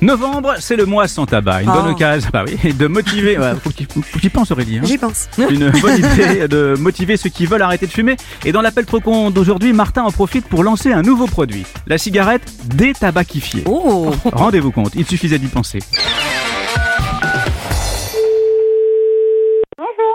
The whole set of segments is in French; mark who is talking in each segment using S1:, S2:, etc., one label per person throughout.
S1: Novembre, c'est le mois sans tabac. Une bonne occasion bah oui, de motiver. ouais, faut que tu- faut que tu y penses, Aurélie. hein.
S2: J'y pense.
S1: Une bonne idée de motiver ceux qui veulent arrêter de fumer. Et dans l'appel trop con d'aujourd'hui, Martin en profite pour lancer un nouveau produit la cigarette détabacifiée.
S2: Oh
S1: Rendez-vous compte, il suffisait d'y penser.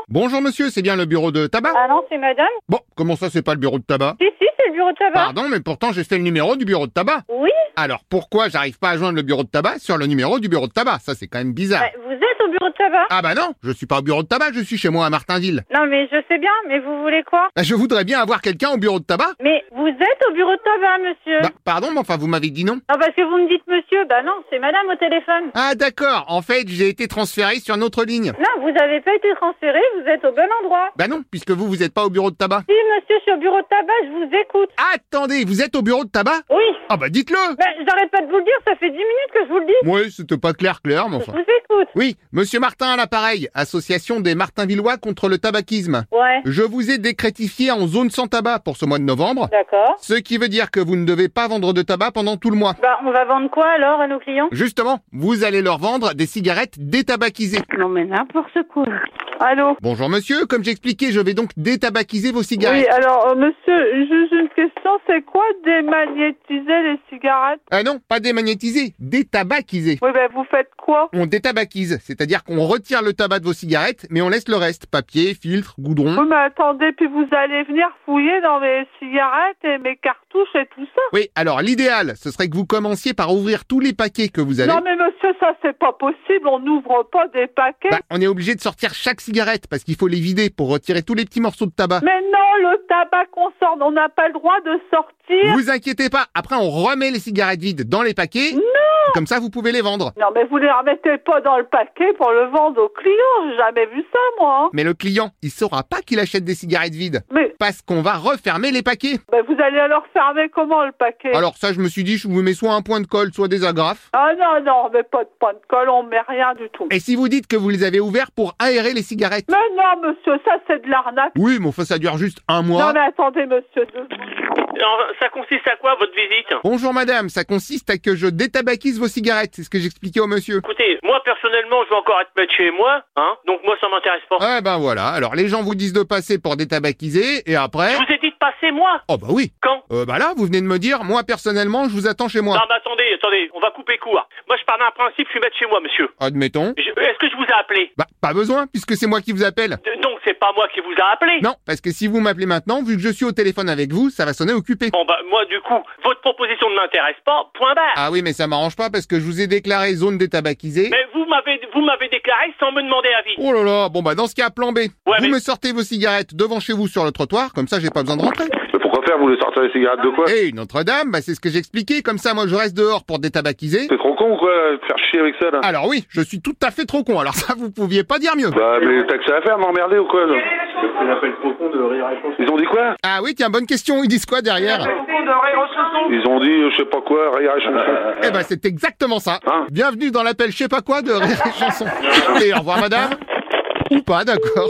S3: Bonjour monsieur, c'est bien le bureau de tabac
S4: Ah non, c'est madame
S3: Bon, comment ça, c'est pas le bureau de tabac
S4: Si, si, c'est le bureau de tabac.
S3: Pardon, mais pourtant j'ai fait le numéro du bureau de tabac.
S4: Oui,
S3: Alors pourquoi j'arrive pas à joindre le bureau de tabac sur le numéro du bureau de tabac Ça, c'est quand même bizarre.
S4: bah, vous êtes au bureau de tabac
S3: Ah bah non, je suis pas au bureau de tabac, je suis chez moi à Martinville.
S4: Non, mais je sais bien, mais vous voulez quoi
S3: Bah, Je voudrais bien avoir quelqu'un au bureau de tabac.
S4: Mais vous êtes au bureau de tabac, monsieur
S3: Bah, pardon, mais enfin, vous m'avez dit non.
S4: Non, parce que vous me dites monsieur, bah non, c'est madame au téléphone.
S3: Ah d'accord, en fait, j'ai été transféré sur notre ligne.
S4: Non, vous avez pas été transféré, vous êtes au bon endroit.
S3: Bah non, puisque vous, vous êtes pas au bureau de tabac.
S4: Si, monsieur, je suis au bureau de tabac, je vous écoute.
S3: Attendez, vous êtes au bureau de tabac
S4: Oui,
S3: Ah bah dites-le
S4: bah j'arrête pas de vous le dire, ça fait 10 minutes que je vous le dis.
S3: Oui, c'était pas clair, clair, mais
S4: Je
S3: enfin...
S4: vous écoute.
S3: Oui, Monsieur Martin à l'appareil, Association des Martinvillois contre le tabaquisme.
S4: Ouais,
S3: Je vous ai décrétifié en zone sans tabac pour ce mois de novembre,
S4: d'accord.
S3: ce qui veut dire que vous ne devez pas vendre de tabac pendant tout le mois.
S4: Bah, on va vendre quoi alors à nos clients
S3: Justement, vous allez leur vendre des cigarettes détabaquisées.
S4: Non, mais n'importe quoi. Allô
S3: Bonjour monsieur, comme j'expliquais, je vais donc détabaquiser vos
S5: Oui,
S3: cigarettes.
S5: alors, euh, monsieur, juste une question, c'est quoi démagnétiser les cigarettes
S3: Ah non, pas démagnétiser, détabaquiser.
S5: Oui,
S4: bah,
S5: ben vous faites quoi
S3: On détabaquise, c'est-à-dire qu'on retire le tabac de vos cigarettes, mais on laisse le reste, papier, filtre, goudron.
S5: Oui, mais attendez, puis vous allez venir fouiller dans mes cigarettes et mes cartouches et tout ça
S3: Oui, alors l'idéal, ce serait que vous commenciez par ouvrir tous les paquets que vous avez.
S5: Non, mais monsieur, ça, c'est pas possible, on n'ouvre pas des paquets.
S3: Bah, on est obligé de sortir chaque cigarette parce qu'il faut les vider pour retirer tous les petits morceaux de tabac.
S5: Mais non, le tabac qu'on sort, on n'a pas le droit de sortir.
S3: Vous inquiétez pas, après on remet les cigarettes vides dans les paquets.
S5: Non
S3: Comme ça, vous pouvez les vendre.
S5: Non, mais vous les remettez pas dans le paquet pour le vendre aux clients, j'ai jamais vu ça, moi. hein.
S3: Mais le client, il saura pas qu'il achète des cigarettes vides
S5: Mais
S3: parce qu'on va refermer les paquets.
S5: ben, vous allez alors fermer comment le paquet
S3: Alors ça, je me suis dit, je vous mets soit un point de colle, soit des agrafes.
S5: Ah non, non, mais pas de point de colle, on met rien du tout.
S3: Et si vous dites que vous les avez ouverts pour aérer les cigarettes
S5: Mais non, monsieur, ça c'est de l'arnaque.
S3: Oui, mais enfin, ça dure juste un
S5: Non,
S3: mois.
S5: mais attendez, monsieur. deux-
S6: Alors, ça consiste à quoi votre visite
S3: Bonjour madame, ça consiste à que je détabaquise vos cigarettes, c'est ce que j'expliquais au monsieur.
S6: Écoutez, moi personnellement, je vais encore être mettre chez moi, hein. Donc moi, ça m'intéresse pas.
S3: Ah ben voilà, alors les gens vous disent de passer pour détabaquiser et après...
S6: Je vous ai dit de passer moi.
S3: Oh bah oui
S6: Ah. Quand
S3: Euh, bah là, vous venez de me dire, moi personnellement, je vous attends chez moi.
S6: Non, mais attendez, attendez, on va couper court. Moi, je pars d'un principe, je suis maître chez moi, monsieur.
S3: Admettons.
S6: Je- Est-ce que je vous ai appelé
S3: Bah, pas besoin, puisque c'est moi qui vous appelle.
S6: De- Donc, c'est pas moi qui vous a appelé.
S3: Non, parce que si vous m'appelez maintenant, vu que je suis au téléphone avec vous, ça va sonner occupé.
S6: Bon, bah, moi, du coup, votre proposition ne m'intéresse pas, point barre.
S3: Ah oui, mais ça m'arrange pas parce que je vous ai déclaré zone détabaquisée.
S6: Mais vous m'avez, vous m'avez déclaré sans me demander avis.
S3: Oh là là, bon bah dans ce cas, plan B. vous
S6: mais-
S3: me sortez vos cigarettes devant chez vous sur le trottoir, comme ça j'ai pas besoin de rentrer.
S7: Mais pourquoi faire Vous voulez sortir les cigarettes de quoi
S3: Eh, Notre-Dame, bah c'est ce que j'expliquais, comme ça moi je reste dehors pour détabaquiser.
S7: T'es trop con ou quoi là, Faire chier avec ça là
S3: Alors oui, je suis tout à fait trop con, alors ça vous pouviez pas dire mieux.
S7: Bah mais t'as que ça à faire, m'emmerder ou quoi là Ils ont dit quoi
S3: Ah oui, tiens, bonne question, ils disent quoi derrière
S7: Ils ont dit euh, je sais pas quoi, rire et chanson.
S3: Eh ben c'est exactement ça.
S7: Hein
S3: Bienvenue dans l'appel je sais pas quoi de Rire et Chanson. Et au revoir madame. Ou pas, d'accord.